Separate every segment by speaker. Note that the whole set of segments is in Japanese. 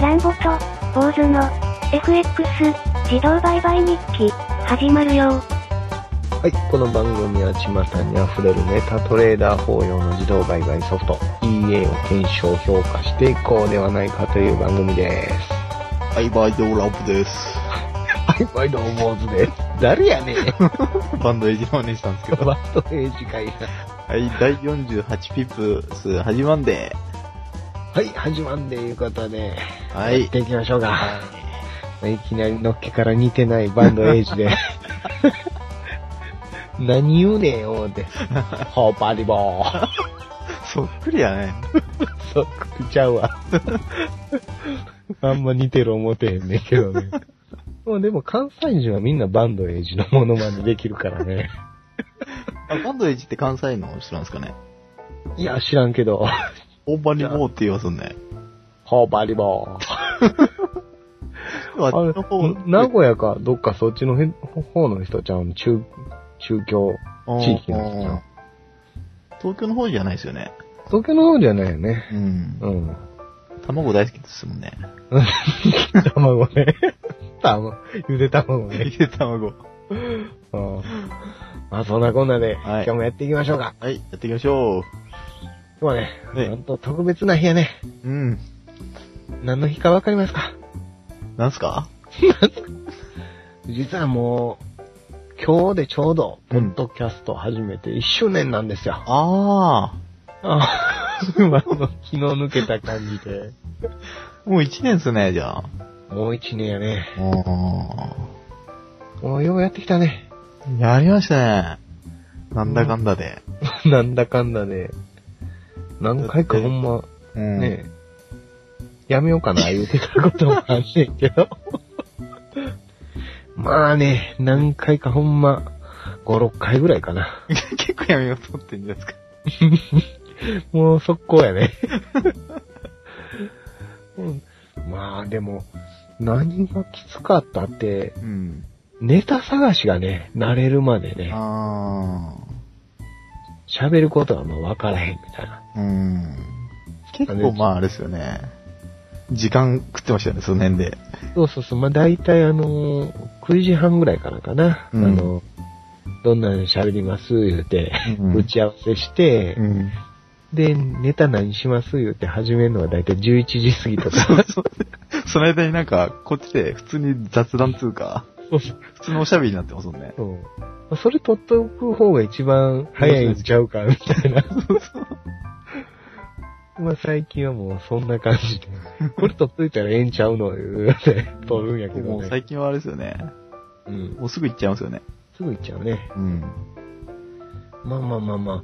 Speaker 1: ランボと、坊主の、FX、自動売買日記、始まるよ
Speaker 2: はい、この番組は巷に溢れるメタトレーダー法用の自動売買ソフト EA を検証評価していこうではないかという番組です。
Speaker 3: はい、バイドラップです。
Speaker 2: はい、毎度坊主です。誰やねん。
Speaker 3: バンドエイジの真似したんですけど。
Speaker 2: バットエイジ会
Speaker 3: はい、第48ピップス始まんで。
Speaker 2: はい、始まんでいうことで、
Speaker 3: は
Speaker 2: 行
Speaker 3: い
Speaker 2: っ。ていきましょうか。いきなりのっけから似てないバンドエイジ で。何言うねんよ、 って。ホーパーリボー。
Speaker 3: そっくりやね。
Speaker 2: そっくりちゃうわ。あんま似てる思てへんねんけどね。もうでも関西人はみんなバンドエイジのモノマネできるからね。
Speaker 3: あ、バンドエイジって関西の人なんですかね。
Speaker 2: いや、知らんけど。
Speaker 3: 大場にもうって言いますよね。
Speaker 2: ホーバリボー。
Speaker 3: あ
Speaker 2: あ
Speaker 3: っ
Speaker 2: れ
Speaker 3: ちの方、
Speaker 2: 名古屋か、どっかそっちのへん方の人ちゃうん、中、中京。地域の人ちゃう。
Speaker 3: 東京の方じゃないですよね。
Speaker 2: 東京の方じゃないよね。
Speaker 3: うん
Speaker 2: う。ん。
Speaker 3: 卵大好きですもんね。
Speaker 2: 卵ね。卵、ゆで卵ね。
Speaker 3: ゆで卵。
Speaker 2: うんまあそんなこんなで、
Speaker 3: はい
Speaker 2: 今日もやっていきましょうか。
Speaker 3: はい、やっていきましょ
Speaker 2: 今日はね、
Speaker 3: はい
Speaker 2: ほんと特別な日やね。
Speaker 3: う。うん。
Speaker 2: 何の日かわかりますか
Speaker 3: なんすか
Speaker 2: 実はもう、今日でちょうど、ポ
Speaker 3: うん
Speaker 2: ッドキャスト始めて1周年なんですよ。
Speaker 3: あ
Speaker 2: あーまあ、あの気の抜けた感じで。
Speaker 3: あ。もう1年っすね、じゃあ。
Speaker 2: もう1年やね。
Speaker 3: ああ。
Speaker 2: もうようやってきたね。
Speaker 3: やりましたね。なんだかんだで。
Speaker 2: なんだかんだで。何回かほんま、
Speaker 3: うん
Speaker 2: ね、やめようかな、言うてたこともあんねんけど。 まあね、何回かほんま、5、6回ぐらいかな。
Speaker 3: 結構やめようと思ってんじゃないですか。
Speaker 2: もう速攻やね。 うんまあでも、何がきつかったって、
Speaker 3: うん。
Speaker 2: ネタ探しがね、慣れるまでね、
Speaker 3: あ
Speaker 2: 喋ることはもう分からへんみたいな。
Speaker 3: あ。うん。結構まああれですよね。時間食ってましたよね、その辺で。
Speaker 2: そうそうそう、まあ大体あのー、9時半ぐらいからかな。
Speaker 3: うん
Speaker 2: あの、どんなの喋ります言うて、
Speaker 3: うん
Speaker 2: 打ち合わせして、
Speaker 3: ん。
Speaker 2: で、ネタ何します言うて始めるのは大体11時過ぎと か。
Speaker 3: その間になんか、こっちで普通に雑談つうか、
Speaker 2: そうそう
Speaker 3: 普通のおしゃべりになってますもんね。
Speaker 2: そう。まあそれ取っとく方が一番早いんちゃうか、みたいな。 まあ最近はもうそんな感じで。これ取っといたらええんちゃうの、言うて取るんやけ
Speaker 3: も
Speaker 2: ど
Speaker 3: う
Speaker 2: ね。
Speaker 3: 最近はあれですよね。
Speaker 2: うん。
Speaker 3: もうすぐ行っちゃいますよね。
Speaker 2: すぐ行っちゃうね。
Speaker 3: うん。
Speaker 2: まあまあまあまあ。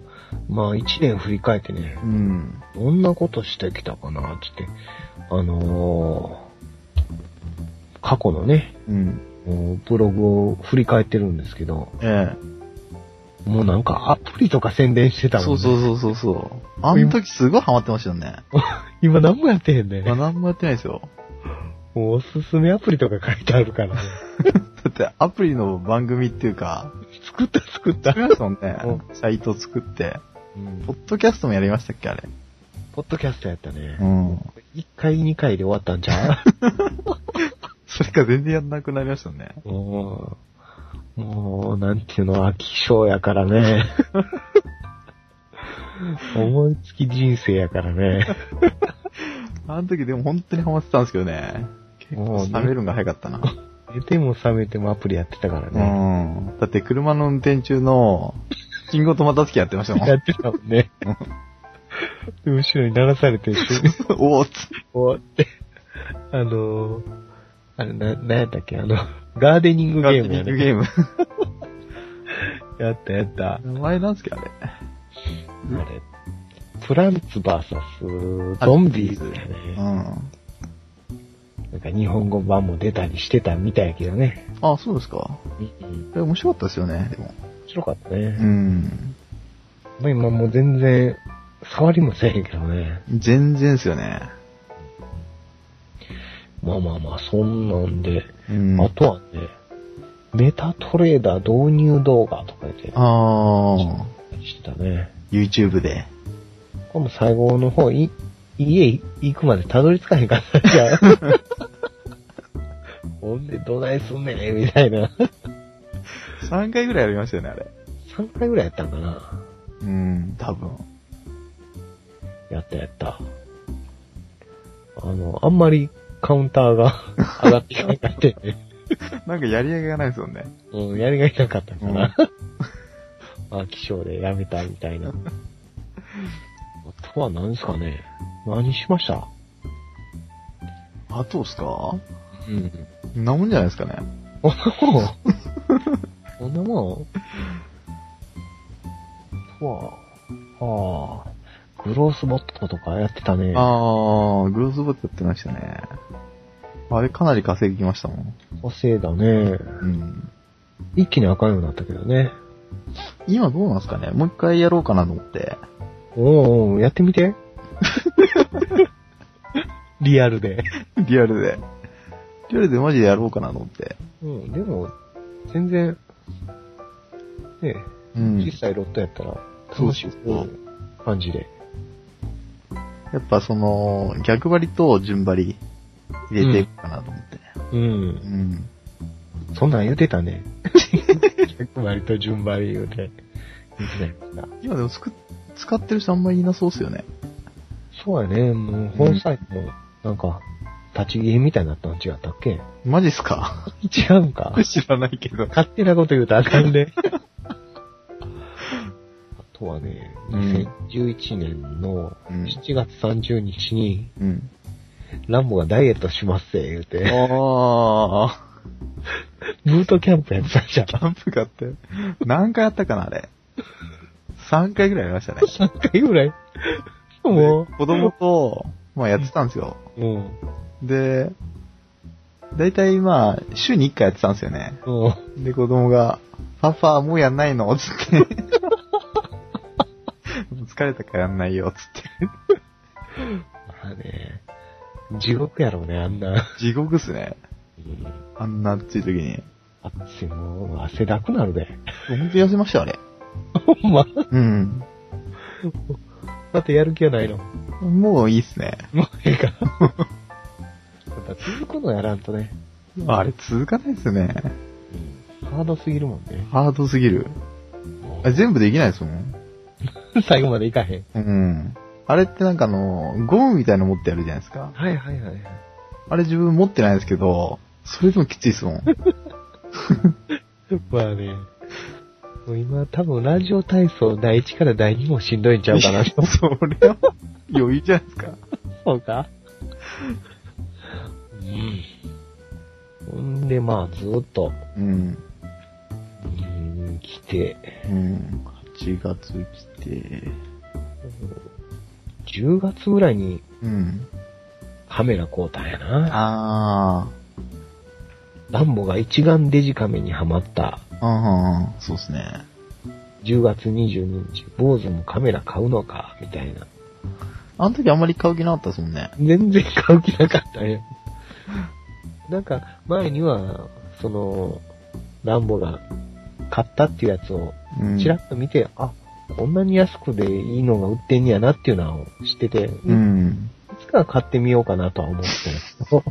Speaker 2: まあ一年振り返ってね、
Speaker 3: うん。
Speaker 2: どんなことしてきたかな、つって。あのー、過去のね、
Speaker 3: うん。
Speaker 2: もうブログを振り返ってるんですけど、
Speaker 3: ええ。
Speaker 2: もうなんかアプリとか宣伝してたもん
Speaker 3: そ
Speaker 2: ね。
Speaker 3: うそうそうそうそう。あの時すごいハマってましたよね。
Speaker 2: 今何もやってへんね。
Speaker 3: まあ何もやってないですよ。
Speaker 2: もうおすすめアプリとか書いてあるから、ね、
Speaker 3: だってアプリの番組っていうか、
Speaker 2: 作った作った
Speaker 3: 作、りましたもんね
Speaker 2: う。
Speaker 3: サイト作って。ポッドキャストもやりましたっけあれ。
Speaker 2: ポッドキャストやったね。
Speaker 3: ん。
Speaker 2: 1回2回で終わったんちゃ
Speaker 3: それから全然やんなくなりましたね。
Speaker 2: う もう、もう、なんていうの、飽き性やから ね。思いつき人生やからね。
Speaker 3: あの時でも本当にハマってたんですけどね。結構冷めるのが早かったな。
Speaker 2: 寝ても覚めてもアプリやってたからね。
Speaker 3: うん。だって車の運転中の、信号止まった時やってましたも
Speaker 2: や
Speaker 3: ん。
Speaker 2: ってたもんね。で、後ろに流されて、
Speaker 3: おおっつ。
Speaker 2: 終わって、あのー、あれ、な、なんやったっけ、あの、ガーデニングゲームや
Speaker 3: ガッテリング
Speaker 2: ね。
Speaker 3: ゲーム。
Speaker 2: やったやった。
Speaker 3: 名前なんすけどあれ。
Speaker 2: あれ、プランツバーサスゾンビーズだよ
Speaker 3: う
Speaker 2: ね。
Speaker 3: ん。
Speaker 2: なんか日本語版も出たりしてたみたいやけどね。
Speaker 3: あ、そうですか。
Speaker 2: 面
Speaker 3: え面白かったですよね、でも。
Speaker 2: 白かった
Speaker 3: う
Speaker 2: ね。
Speaker 3: ん。
Speaker 2: まあ今もう全然、触りもせえへんけどね。
Speaker 3: 全然ですよね。
Speaker 2: まあまあまあ、そんなんで。
Speaker 3: うん。
Speaker 2: あとはね、メタトレーダー導入動画とか言って
Speaker 3: ああー。
Speaker 2: してたね。
Speaker 3: YouTube で。
Speaker 2: これも最後の方、い家行くまでたどり着かへんかったじゃん。ほんで、どないすんねん、みたいな。
Speaker 3: 3回ぐらいやりましたよね、あれ。
Speaker 2: 3回ぐらいやったんかな。
Speaker 3: うん、多分。
Speaker 2: やったやった。あの、あんまりカウンタ ーが上がっていかなかったよね。
Speaker 3: なんかやり上げがないですよね。
Speaker 2: うん、やりがいなかったかな。まあ、気象でやめたみたいな。あとは何ですかね。何しました
Speaker 3: あとっすか
Speaker 2: うん。
Speaker 3: そんなもんじゃないですかね。
Speaker 2: こんなもん。こん なもん。とは、ああ、グロースボットとかやってたね。
Speaker 3: あー、グローズボットやってましたね。あれかなり稼ぎましたもん。
Speaker 2: 稼いだね。
Speaker 3: うん。
Speaker 2: 一気にあかんようになったけどね。
Speaker 3: 今どうなんですかねもう一回やろうかなと思って。
Speaker 2: おうおうやってみ て。リアルで。
Speaker 3: リアルで。リアルでマジでやろうかなと思って。
Speaker 2: うん、でも、全然、ね、
Speaker 3: うん。
Speaker 2: 小さいロットやったら、楽しい
Speaker 3: そうそう
Speaker 2: 感じで。
Speaker 3: やっぱその、逆張りと順張り入れていこうかなと思って。
Speaker 2: うん
Speaker 3: う。ん。
Speaker 2: そんなん言うてたね。100割と順張り言うて。言うてたよな
Speaker 3: 今でもつく使ってる人あんまりいなそうっすよね。
Speaker 2: そうやね、もう本サイトも、なんか、立ち消えみたいになったの違ったっけ
Speaker 3: マジっすか
Speaker 2: 違うんか。
Speaker 3: 知らないけど。
Speaker 2: 勝手なこと言うとあかんで。あとはね、
Speaker 3: うん
Speaker 2: 2011年の
Speaker 3: うん。
Speaker 2: 7月30日に、
Speaker 3: うん。
Speaker 2: ランボがダイエットしますって言うて、
Speaker 3: あ
Speaker 2: ブートキャンプやってたじゃん。
Speaker 3: ー、ランプ買って。何回やったかな、あれ。3回ぐらいやりましたね。
Speaker 2: 3回ぐらい。も
Speaker 3: 子供と、まあやってたんですよ。
Speaker 2: う、も
Speaker 3: で、だいたいまあ、週に1回やってたんですよね。
Speaker 2: う、もう、
Speaker 3: で、子供が、パパ、もうやんないのつって。 疲れたからやんないよ、つっ
Speaker 2: まあね、地獄やろうね、あんな。
Speaker 3: て。地獄っすね。
Speaker 2: うん
Speaker 3: あんな暑い時に。
Speaker 2: 暑い、もう汗だくなるで。
Speaker 3: 本当に痩せました、あれ。
Speaker 2: ほんま。
Speaker 3: うん。
Speaker 2: だってやる気はないの。
Speaker 3: もういいっすね。
Speaker 2: もうええか。やっぱ続くのやらんとね、
Speaker 3: あれ続かないっすね。
Speaker 2: ハードすぎるもんね。
Speaker 3: ハードすぎる。あ全部できないですもん。
Speaker 2: 最後までいかへん。
Speaker 3: うん。あれってなんかあの、ゴムみたいの持ってやるじゃないですか。
Speaker 2: はいはいはい。
Speaker 3: あれ自分持ってないんですけど、それでもきついっすもん。
Speaker 2: まあね。もう今多分ラジオ体操第1から第2もしんどいんちゃうかな。
Speaker 3: それは余裕じゃないですか。
Speaker 2: そうか。うん。ほんでまあずっと、
Speaker 3: うん。
Speaker 2: うん、来て、
Speaker 3: うん。8月来て、
Speaker 2: 10月ぐらいに
Speaker 3: うん。
Speaker 2: カメラ買うたんやな。
Speaker 3: あ
Speaker 2: ランボが一眼デジカメにはまった
Speaker 3: ー。うん、そうっすね。
Speaker 2: 10月22日、坊主もカメラ買うのか、みたいな。
Speaker 3: あの時あんまり買う気なかったっすもんね。
Speaker 2: 全然買う気なかったね。なんか、前には、その、ランボが買ったっていうやつを、
Speaker 3: うん
Speaker 2: ちらっと見て、あ、こんなに安くでいいのが売ってんねやなっていうのを知ってて、
Speaker 3: う
Speaker 2: い
Speaker 3: ん。
Speaker 2: つか買ってみようかなとは思ってますけど。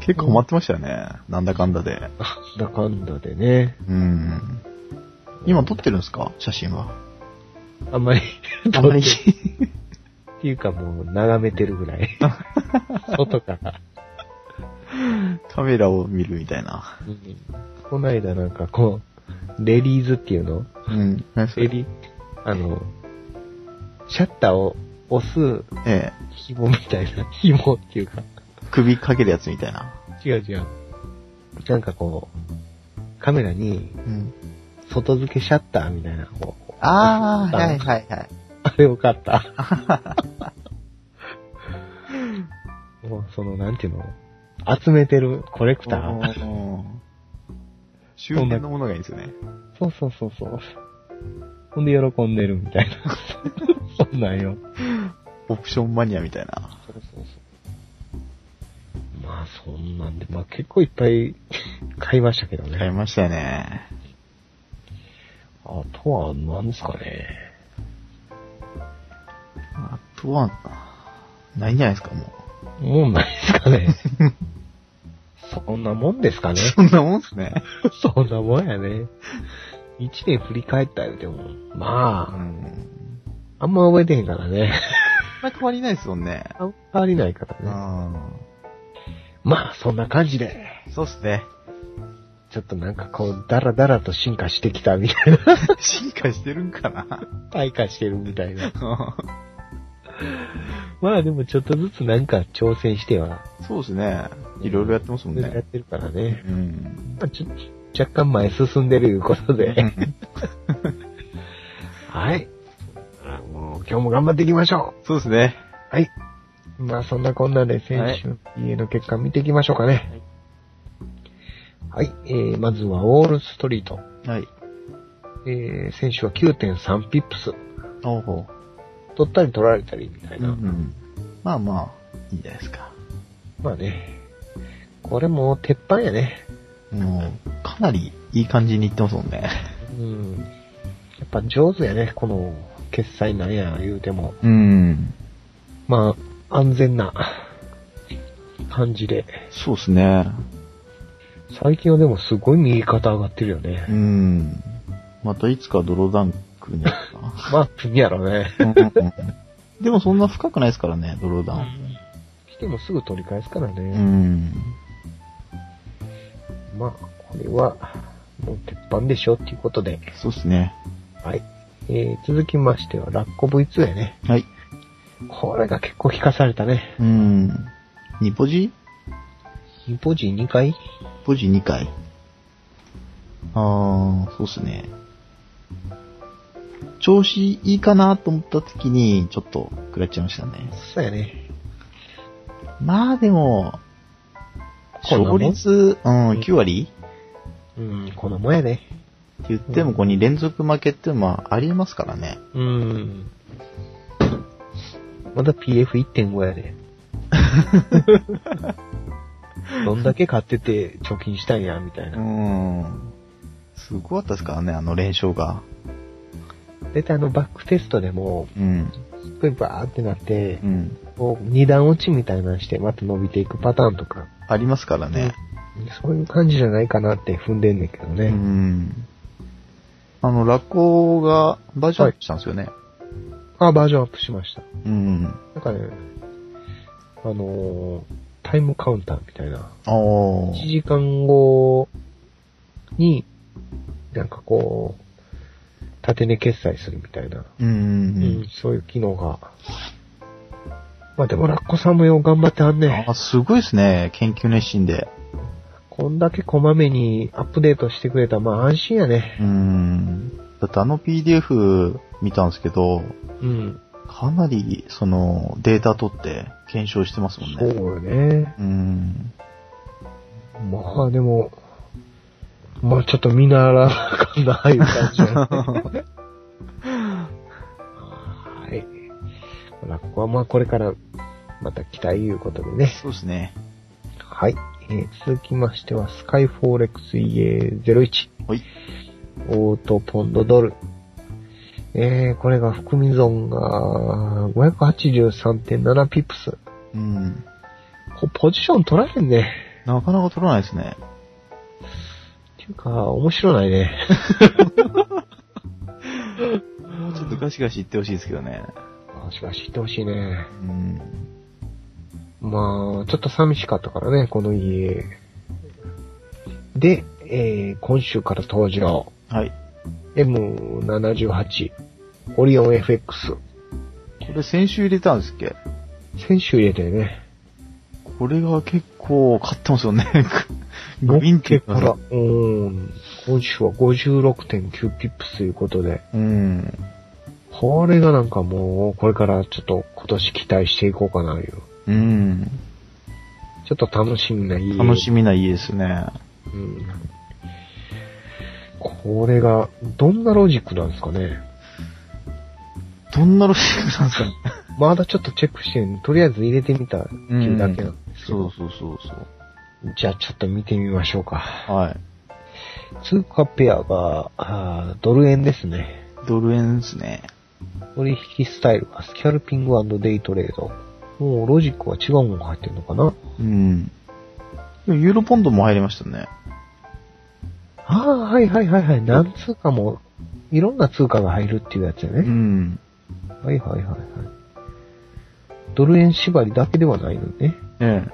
Speaker 3: 結構待ってましたよね。なんだかんだで。
Speaker 2: なんだかんだでね。
Speaker 3: うん。今撮ってるんですか写真は。、
Speaker 2: あんまり
Speaker 3: あんまり。
Speaker 2: っていうかもう眺めてるぐら い。外から。
Speaker 3: カメラを見るみたいな。
Speaker 2: こないだなんかこう、レリーズっていうの
Speaker 3: うん。何そ
Speaker 2: レ
Speaker 3: れ
Speaker 2: リ、あの、シャッターを押す
Speaker 3: ええ。
Speaker 2: 紐みたいな、紐っていうか。
Speaker 3: 首かけるやつみたいな。
Speaker 2: 違う違う。なんかこう、カメラに
Speaker 3: うん。
Speaker 2: 外付けシャッターみたいな、こう、
Speaker 3: あー、はいはいはい。
Speaker 2: あれよかった。 もうその、なんていうの集めてるコレクター。
Speaker 3: おー周辺のものがいいんですよね。
Speaker 2: そうそうそうそう。ほんで喜んでるみたいな。 そんなんよ。
Speaker 3: オプションマニアみたいな。
Speaker 2: そうそうそう。まあそんなんで、まあ結構いっぱい買いましたけど
Speaker 3: 買い
Speaker 2: ね。
Speaker 3: ましたね。
Speaker 2: あとは何ですかね。
Speaker 3: そうなんだ。ないんじゃないですか、も
Speaker 2: もうないですか ね。そんなもんですかね
Speaker 3: う。。 そんなもんっすね。
Speaker 2: そんなもんやね。一年振り返ったよ、でも。
Speaker 3: う
Speaker 2: ま
Speaker 3: ん。
Speaker 2: あ、あんま覚えてへんからね。
Speaker 3: まあ変わりないですもんね。
Speaker 2: あんま変わりないからね。
Speaker 3: あ
Speaker 2: まあ、そんな感じで。
Speaker 3: あ。そうっすね。
Speaker 2: ちょっとなんかこう、だらだらと進化してきたみたいな。
Speaker 3: 進化してるんか な
Speaker 2: 退化してるみたいな。まあでもちょっとずつなんか挑戦しては、
Speaker 3: そうですね。いろいろやってますもん
Speaker 2: やっ
Speaker 3: ね。
Speaker 2: てるからね。
Speaker 3: うん。
Speaker 2: まあ、ちょ若干前進んでるいうことで。 はい。あもう今日も頑張っていきましょ
Speaker 3: そうですね。
Speaker 2: う。はい。まあそんなこんなで先週、家の結果見ていきましょうかね。はい、えー、まずはウォールストリート。
Speaker 3: はい。
Speaker 2: えー、先週は9.3ピップス。
Speaker 3: おうほ。
Speaker 2: 取ったり取られたりみたいう
Speaker 3: う
Speaker 2: な。
Speaker 3: ん。まあまあ、いいんじゃないですか。
Speaker 2: まあね。これもう鉄板やね。
Speaker 3: もう、かなりいい感じにいってますもんね。
Speaker 2: うん。やっぱ上手やね、この決済なんや言うても。
Speaker 3: うん。
Speaker 2: まあ、安全な感じで。
Speaker 3: そうですね。
Speaker 2: 最近はでもすごい右肩上がってるよね。
Speaker 3: うん。またいつか泥団来るんじゃないかな。
Speaker 2: まあ、国やろね。
Speaker 3: でもそんな深くないですからね、泥弾。
Speaker 2: 来てもすぐ取り返すから
Speaker 3: う
Speaker 2: ね。
Speaker 3: ん。
Speaker 2: まあ、これは、もう鉄板でしょっていうことで。
Speaker 3: そうですね。
Speaker 2: はい。えー、続きましては、ラッコ V2 やね。
Speaker 3: はい。
Speaker 2: これが結構引かされたね。
Speaker 3: うん。ニポジ
Speaker 2: イポジ2回
Speaker 3: ポジ2回。あー、そうっすね。調子いいかなと思った時に、ちょっと食らっちゃいましたね。
Speaker 2: そうやね。
Speaker 3: まあでも、
Speaker 2: こんなも
Speaker 3: 勝
Speaker 2: ん
Speaker 3: 率、うん、9割
Speaker 2: うん、このもんやね。
Speaker 3: って言っても、ここに連続負けっていうのはありえますからね。
Speaker 2: うん。まだ PF1.5 やね。どんだけ買ってて貯金したんや、みたいうな。
Speaker 3: ん。すごかったですからね、あの連勝が。
Speaker 2: 大体あのバックテストでも、
Speaker 3: うん。
Speaker 2: すっごいバーってなって
Speaker 3: う、ん。
Speaker 2: こう二段落ちみたいなのして、また伸びていくパターンとか、
Speaker 3: ありますからね。
Speaker 2: そういう感じじゃないかなって踏んでんねんけど
Speaker 3: う
Speaker 2: ね。
Speaker 3: ん。あの、ラッコがバージョンアップしたんですよね。
Speaker 2: あ、バージョンアップしました。
Speaker 3: うん。
Speaker 2: なんかね、あのータイムカウンターみたいな。
Speaker 3: ああ。
Speaker 2: 1時間後に、なんかこう、縦値決済するみたいな、
Speaker 3: うんうんう。
Speaker 2: うんんそういう機能が。まあでも、ラッコさんもよう頑張ってはんね。
Speaker 3: あ、すごいですね。研究熱心で。
Speaker 2: こんだけこまめにアップデートしてくれたら、まあ安心やね。
Speaker 3: うん。だってあの PDF 見たんですけど、
Speaker 2: うん。
Speaker 3: かなり、その、データ取って検証してますもんね。
Speaker 2: そうよね。
Speaker 3: うん。
Speaker 2: まあでも、まあちょっと見習わなあかんな、ああいう感 じやね。はい。ラッコはまあこれから、また期待いうことでね。
Speaker 3: そうですね。
Speaker 2: はい。えー続きましては、スカイフォーレックス EA01。
Speaker 3: はい。
Speaker 2: オートポンドドル。えー、これが含み損が583.7ピップス。
Speaker 3: うん。
Speaker 2: こうポジション取らへんね。
Speaker 3: なかなか取らないですね。
Speaker 2: っていうか、面白ないね。
Speaker 3: もうちょっとガシガシ言ってほしいですけどね。
Speaker 2: あしかし、ってほしいね
Speaker 3: う。ん。
Speaker 2: まあ、ちょっと寂しかったからね、この家。で、えー、今週から登場。
Speaker 3: はい。
Speaker 2: M78。オリオン FX。
Speaker 3: これ先週入れたんですっけ
Speaker 2: 先週入れてね。
Speaker 3: これが結構買ってますよ ね。グリーンテ
Speaker 2: 結
Speaker 3: ープ
Speaker 2: から。うーん。今週は56.9ピップスということで。
Speaker 3: うん。
Speaker 2: これがなんかもう、これからちょっと今年期待していこうかな、いう。
Speaker 3: うん。
Speaker 2: ちょっと楽しみな家。
Speaker 3: 楽しみな家ですね。
Speaker 2: うん。これが、どんなロジックなんですかね。
Speaker 3: どんなロジックなん ですかね。
Speaker 2: まだちょっとチェックしてんとりあえず入れてみたっていうだけなんですけど。
Speaker 3: そうそうそうそう。
Speaker 2: じゃあちょっと見てみましょうか。
Speaker 3: はい。
Speaker 2: 通貨ペアが、あードル円ですね。
Speaker 3: ドル円ですね。
Speaker 2: 取引スタイルはスキャルピングデイトレード。もうロジックは違うものが入ってるのかな
Speaker 3: うん。でもユーロポンドも入りましたね。
Speaker 2: ああ、はいはいはいはい。何通貨も、いろんな通貨が入るっていうやつや
Speaker 3: う
Speaker 2: ね。
Speaker 3: ん。
Speaker 2: はいはいはいはい。ドル円縛りだけではないのね。
Speaker 3: ええ。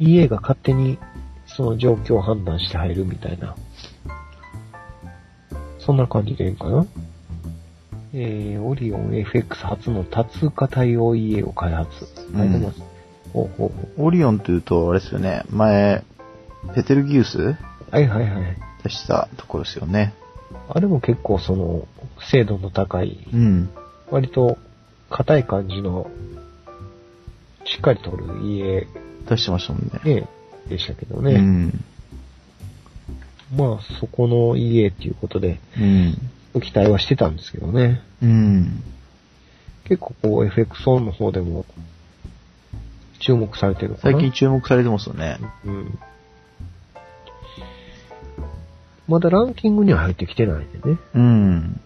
Speaker 2: EA が勝手にその状況を判断して入るみたいな。そんな感じでいいかなえー、オリオン FX 初の多通貨対応 EA を開発。
Speaker 3: うん
Speaker 2: はい、でもほうほうほ
Speaker 3: オリオンっていうと、あれですよね。前、ペテルギウス
Speaker 2: う。はいはいはい。
Speaker 3: 出したところですよね。
Speaker 2: あれも結構その、精度の高い、
Speaker 3: うん。
Speaker 2: 割と硬い感じの、しっかり取る EA、
Speaker 3: 出してましたもんね。
Speaker 2: ね、でしたけど
Speaker 3: う
Speaker 2: ね。
Speaker 3: ん。
Speaker 2: まあ、そこの EA っていうことで、
Speaker 3: うん。
Speaker 2: 期待はしてたんですけどね。
Speaker 3: うん。
Speaker 2: 結構こう FX オンの方でも注目されてるのか
Speaker 3: 最
Speaker 2: な
Speaker 3: 近注目されてますよね。
Speaker 2: うん。まだランキングには入ってきてないんでね。
Speaker 3: うん。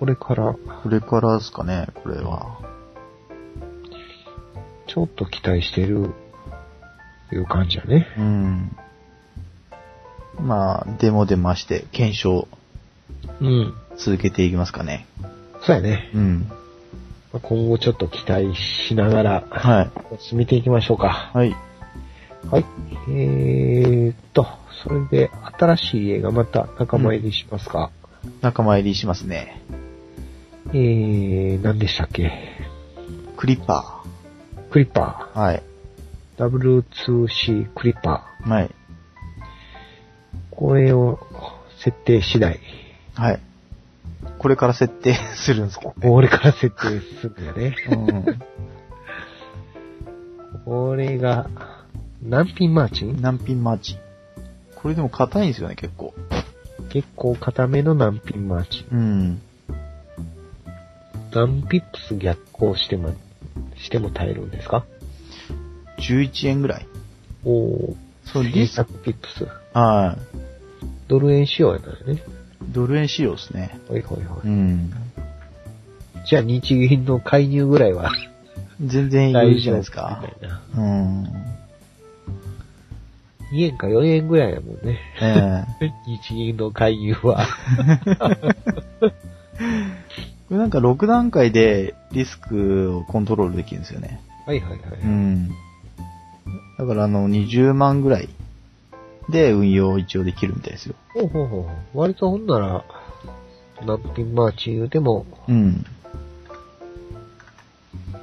Speaker 2: これから
Speaker 3: これからですかね、これは。
Speaker 2: ちょっと期待してるという感じだね。
Speaker 3: うん。まあ、デモでまして、検証
Speaker 2: うん。
Speaker 3: 続けていきますかね。
Speaker 2: そうやね。
Speaker 3: うん。
Speaker 2: まあ今後ちょっと期待しながら
Speaker 3: はい。
Speaker 2: 進めていきましょうか。
Speaker 3: はい。
Speaker 2: はい。えーっと、それで新しい映画また仲間入りしますか。
Speaker 3: 仲間入りしますね。
Speaker 2: えー、何でしたっけ
Speaker 3: クリッパ
Speaker 2: クリッパー。
Speaker 3: ー。はい。
Speaker 2: W2C クリッパ
Speaker 3: はい。
Speaker 2: ー。これを設定次第。
Speaker 3: はい。これから設定するんですか
Speaker 2: 俺から設定するんだね。
Speaker 3: う
Speaker 2: これが、何ピンマーチ
Speaker 3: ん。
Speaker 2: ン
Speaker 3: 難品マーチ。これでも硬いんですよね、結構。
Speaker 2: 結構固めの何ピンマーチン。
Speaker 3: うん。
Speaker 2: 何ピップス逆行しても、しても耐えるんですか
Speaker 3: 11円ぐらい。
Speaker 2: おお。
Speaker 3: そう、ディス、
Speaker 2: 100ピップス。
Speaker 3: はい。
Speaker 2: ドル円仕様やからね。
Speaker 3: ドル円仕様ですね。
Speaker 2: ほいほいほ
Speaker 3: う
Speaker 2: い。
Speaker 3: ん。
Speaker 2: じゃあ日銀の介入ぐらいは
Speaker 3: 全然いいじゃないですか
Speaker 2: み。たいな。
Speaker 3: うん。
Speaker 2: 2円か4円ぐらいやもんね。
Speaker 3: ええ
Speaker 2: 日銀の介入は。
Speaker 3: これなんか6段階でリスクをコントロールできるんですよね。
Speaker 2: はいはいはい。
Speaker 3: うん。だからあの、20万ぐらいで運用を一応できるみたいですよ。
Speaker 2: ほうほうほう。割とほんなら、何品マーチ言うても
Speaker 3: うん。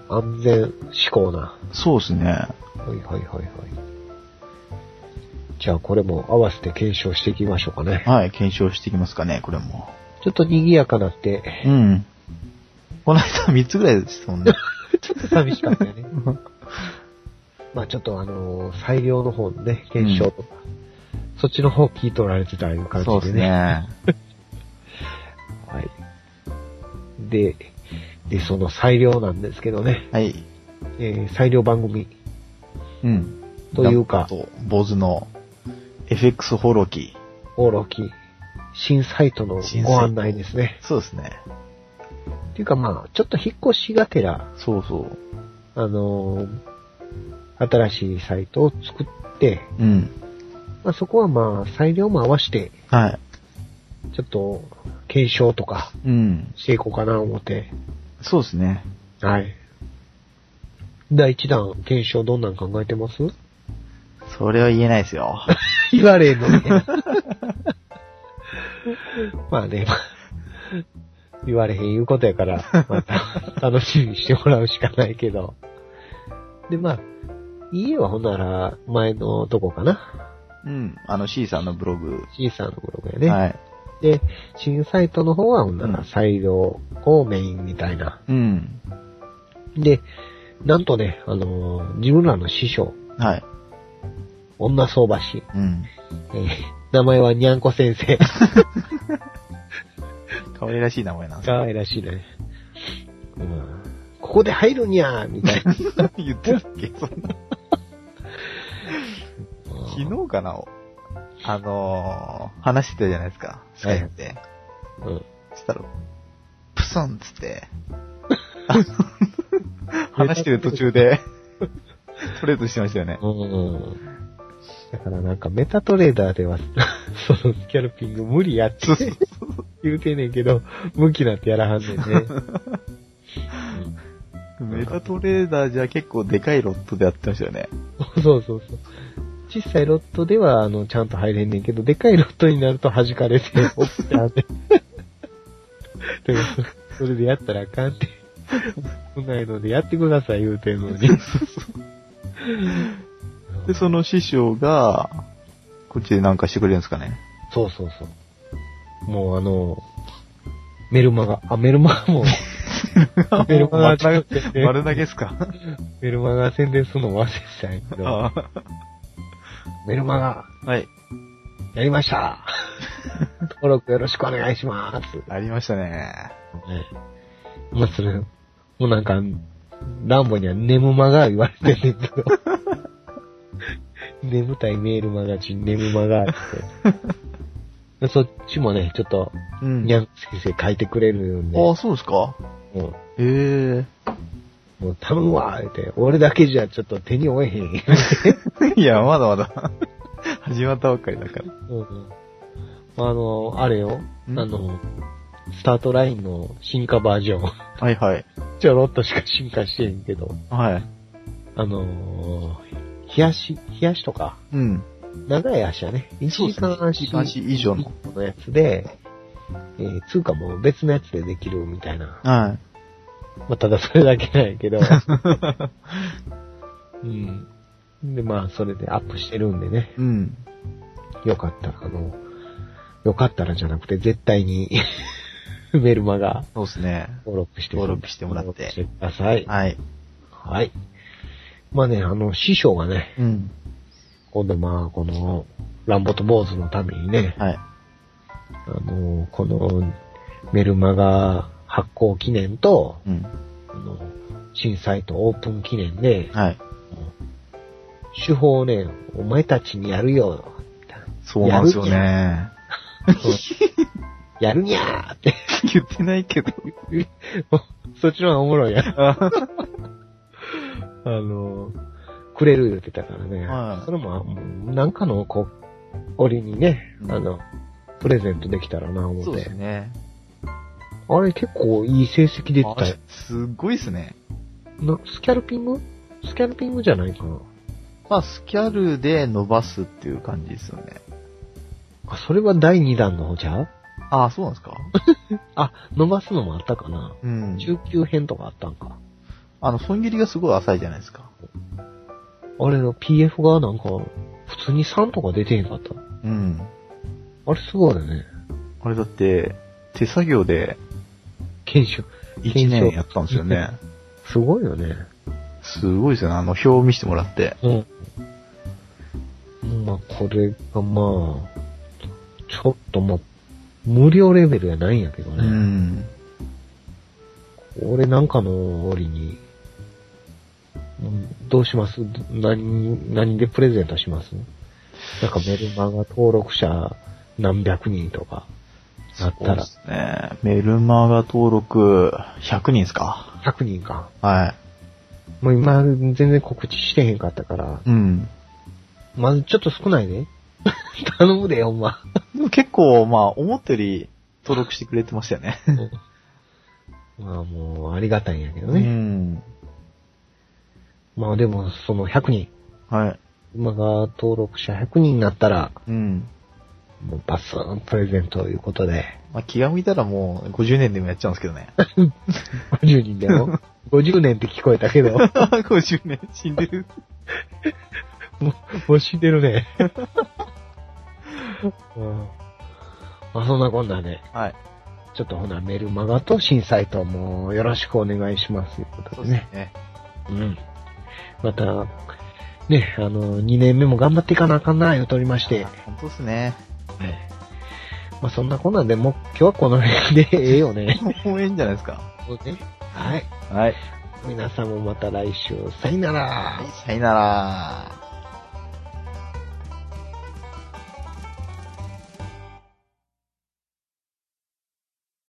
Speaker 2: 安全志向な。
Speaker 3: そうですね。
Speaker 2: はいはいはいはい。じゃあこれも合わせて検証していきましょうかね。
Speaker 3: はい、検証していきますかね、これも。
Speaker 2: ちょっと賑やかな って、
Speaker 3: うん。この間3つぐらいでしたもんね。
Speaker 2: ちょっと寂しかったよね。まあちょっとあのー裁量の方のね、検証とか、そっちの方聞いとられてたいう感じでね。
Speaker 3: そうですね。
Speaker 2: はい。で、で、その裁量なんですけどね、
Speaker 3: はい。
Speaker 2: えー裁量番組。
Speaker 3: うん。
Speaker 2: というか
Speaker 3: ダンプと、坊主の FX フォローキ
Speaker 2: オーロキ、新サイトのご案内ですね。
Speaker 3: ー。そうですね。
Speaker 2: っていうかまあ、ちょっと引っ越しがてら、
Speaker 3: そうそう。
Speaker 2: あのー新しいサイトを作って、
Speaker 3: うん。
Speaker 2: まあそこはまあ、裁量も合わせて、
Speaker 3: はい。
Speaker 2: ちょっと、検証とか
Speaker 3: うん。
Speaker 2: していこうかな思って、
Speaker 3: そうですね。
Speaker 2: はい。第一弾、検証どんなん考えてます
Speaker 3: それは言えないですよ。
Speaker 2: 言われんのね。まあね、まあ言われへん言うことやから、また楽しみにしてもらうしかないけど。で、まあ、家はほんなら前のとこかな。
Speaker 3: うん。 あの C さんのブログ。
Speaker 2: C さんのブログやね。
Speaker 3: はい。
Speaker 2: で、新サイトの方はほんなら裁量をメインみたいな。
Speaker 3: うん。
Speaker 2: で、なんとね、あのー自分らの師匠、
Speaker 3: はい。
Speaker 2: 女相場師、
Speaker 3: うん。
Speaker 2: えー名前はにゃんこ先生。
Speaker 3: 可愛らしい名前なんですよ。
Speaker 2: 可愛らしいね。うん。ここで入るにゃーみたいな。
Speaker 3: 言ってたっけそんな。 昨日かなあのー、話してたじゃないですか。スカイプで。
Speaker 2: うん。
Speaker 3: そしたら、プスさんっつ って。話してる途中で、トレードしてましたよね。
Speaker 2: うん。だからなんかメタトレーダーでは、 そのスキャルピング無理やって
Speaker 3: そうそう
Speaker 2: 言うてんねんけど、向きなんてやらはんねんね。
Speaker 3: メタトレーダーじゃ結構でかいロットでやってましたよね。
Speaker 2: うん そうそうそう。小さいロットでは、あの、ちゃんと入れんねんけど、でかいロットになると弾か れて、落ちちゃうね。 でも、そそれでやったらあかんって。こんないのでやってください言うてんの に。
Speaker 3: で、その師匠が、こっちでなんかしてくれるんですか ね。
Speaker 2: そうそうそう。もうあの、メルマガ、あ、メルマガも、 メルマガ流
Speaker 3: 丸
Speaker 2: して
Speaker 3: 投げ
Speaker 2: て
Speaker 3: 丸投げっすか
Speaker 2: メルマガ宣伝するの忘れてたんやけど、
Speaker 3: あ
Speaker 2: メルマガ、
Speaker 3: あはい。
Speaker 2: やりました 登録よろしくお願いします。
Speaker 3: ありましたね。
Speaker 2: ねまあ、それ、もうなんか、ランボには眠マガ言われてんねんけど、 眠たいメールマガジン、眠マガ って。そっちもね、ちょっと、
Speaker 3: うん
Speaker 2: にゃん先生書いてくれるんで、
Speaker 3: あ
Speaker 2: も
Speaker 3: あ、そうですか
Speaker 2: う
Speaker 3: ええ
Speaker 2: もう頼むわーって、俺だけじゃちょっと手に負えへ ん。
Speaker 3: いや、まだまだ。 始まったばっかりだから。
Speaker 2: うんあの、あれよ、あ
Speaker 3: ん
Speaker 2: の、スタートラインの進化バージョン。
Speaker 3: はいはい。
Speaker 2: ちょろっとしか進化してへんけど、
Speaker 3: はい。
Speaker 2: あのー、冷やし、冷やしとか、
Speaker 3: うん。
Speaker 2: 長い足やね。1時間足
Speaker 3: 足以上の。
Speaker 2: のやつで、えー、通貨も別のやつでできるみたいな。
Speaker 3: はい。
Speaker 2: まあ、ただそれだけなんやけ ど。うん。で、まあ、それでアップしてるんでね。
Speaker 3: うん。
Speaker 2: よかったら、あの、よかったらじゃなくて、絶対に、 メルマが
Speaker 3: そうですね。
Speaker 2: 登録して
Speaker 3: 登録してもらっ
Speaker 2: 登
Speaker 3: て
Speaker 2: 録してください。
Speaker 3: はい。
Speaker 2: はい。まあね、あの、師匠がね、
Speaker 3: うん。
Speaker 2: 今度まあ、この、ランボと坊主のためにね、
Speaker 3: はい。
Speaker 2: あの、この、メルマガ発行記念と、
Speaker 3: うん。
Speaker 2: あの、新サイトオープン記念で、
Speaker 3: はい。
Speaker 2: 手法をね、お前たちにやるよ、
Speaker 3: そうなんですよね。
Speaker 2: やるにゃーって、
Speaker 3: 言ってないけど。
Speaker 2: そっちの方がおもろいやん。
Speaker 3: は
Speaker 2: あの、くれる言ってたからね。
Speaker 3: はい
Speaker 2: それも、もうなんかの、こう、折にね、
Speaker 3: うん
Speaker 2: あの、プレゼントできたらな、思
Speaker 3: い。そ
Speaker 2: っ
Speaker 3: うで
Speaker 2: て
Speaker 3: す。ね。
Speaker 2: あれ結構いい成績出てたよ。
Speaker 3: すごいですね。
Speaker 2: な、スキャルピングスキャルピングじゃないかな。
Speaker 3: まあ、スキャルで伸ばすっていう感じですよね。
Speaker 2: あ、それは第2弾の方じゃう
Speaker 3: ああ、そうなんですか
Speaker 2: あ、伸ばすのもあったかな。
Speaker 3: うん。
Speaker 2: 19編とかあったんか。
Speaker 3: あの、損切りがすごい浅いじゃないですか。
Speaker 2: あれの PF がなんか、普通に3とか出てへんかった。
Speaker 3: うん。
Speaker 2: あれすごいよね。
Speaker 3: あれだって、手作業で
Speaker 2: 検証。
Speaker 3: 1年やったんですよね。
Speaker 2: すごいよね。
Speaker 3: すごいですよね。あの、表を見せてもらって。
Speaker 2: うん。まあ、これがまあ、ちょっとまあ、無料レベルやないんやけど
Speaker 3: う
Speaker 2: ね。
Speaker 3: ん。
Speaker 2: 俺なんかの折に、うんどうします何、何でプレゼントしますなんかメルマガ登録者何百人とか、なったら
Speaker 3: そうですね。メルマガ登録100人ですか。
Speaker 2: 100人か。
Speaker 3: は
Speaker 2: もう今全然告知してへんかったから、
Speaker 3: い。うん。
Speaker 2: まずちょっと少ないね。 頼むでよ、ほんま。
Speaker 3: でも結構、まあ、思ったより登録してくれてましたよね。
Speaker 2: まあもう、ありがたいんやけど
Speaker 3: う
Speaker 2: ね。
Speaker 3: ん。
Speaker 2: まあでも、その100人、
Speaker 3: はい。
Speaker 2: 馬が登録者100人になったら、
Speaker 3: うん。
Speaker 2: もうバスンプレゼントということで、
Speaker 3: まあ、気が向いたらもう50年でもやっちゃうんですけど ね。
Speaker 2: 50人で も、50年って聞こえたけど、
Speaker 3: 50年死んでる。
Speaker 2: もう死んでる ね。うんまあそんなこんなで、
Speaker 3: はい。
Speaker 2: ちょっとほなメルマガと新サイトもよろしくお願いしますということでね。
Speaker 3: ね。
Speaker 2: うん。また、ね、あの、2年目も頑張っていかなあかんな、言うとりまして。
Speaker 3: 本当ですね。
Speaker 2: まあそんなこんなんで、もう今日はこの辺でええよね。
Speaker 3: 応援じゃないですか。
Speaker 2: はい。
Speaker 3: はい。
Speaker 2: 皆さんもまた来週、さよなら。
Speaker 3: さよなら。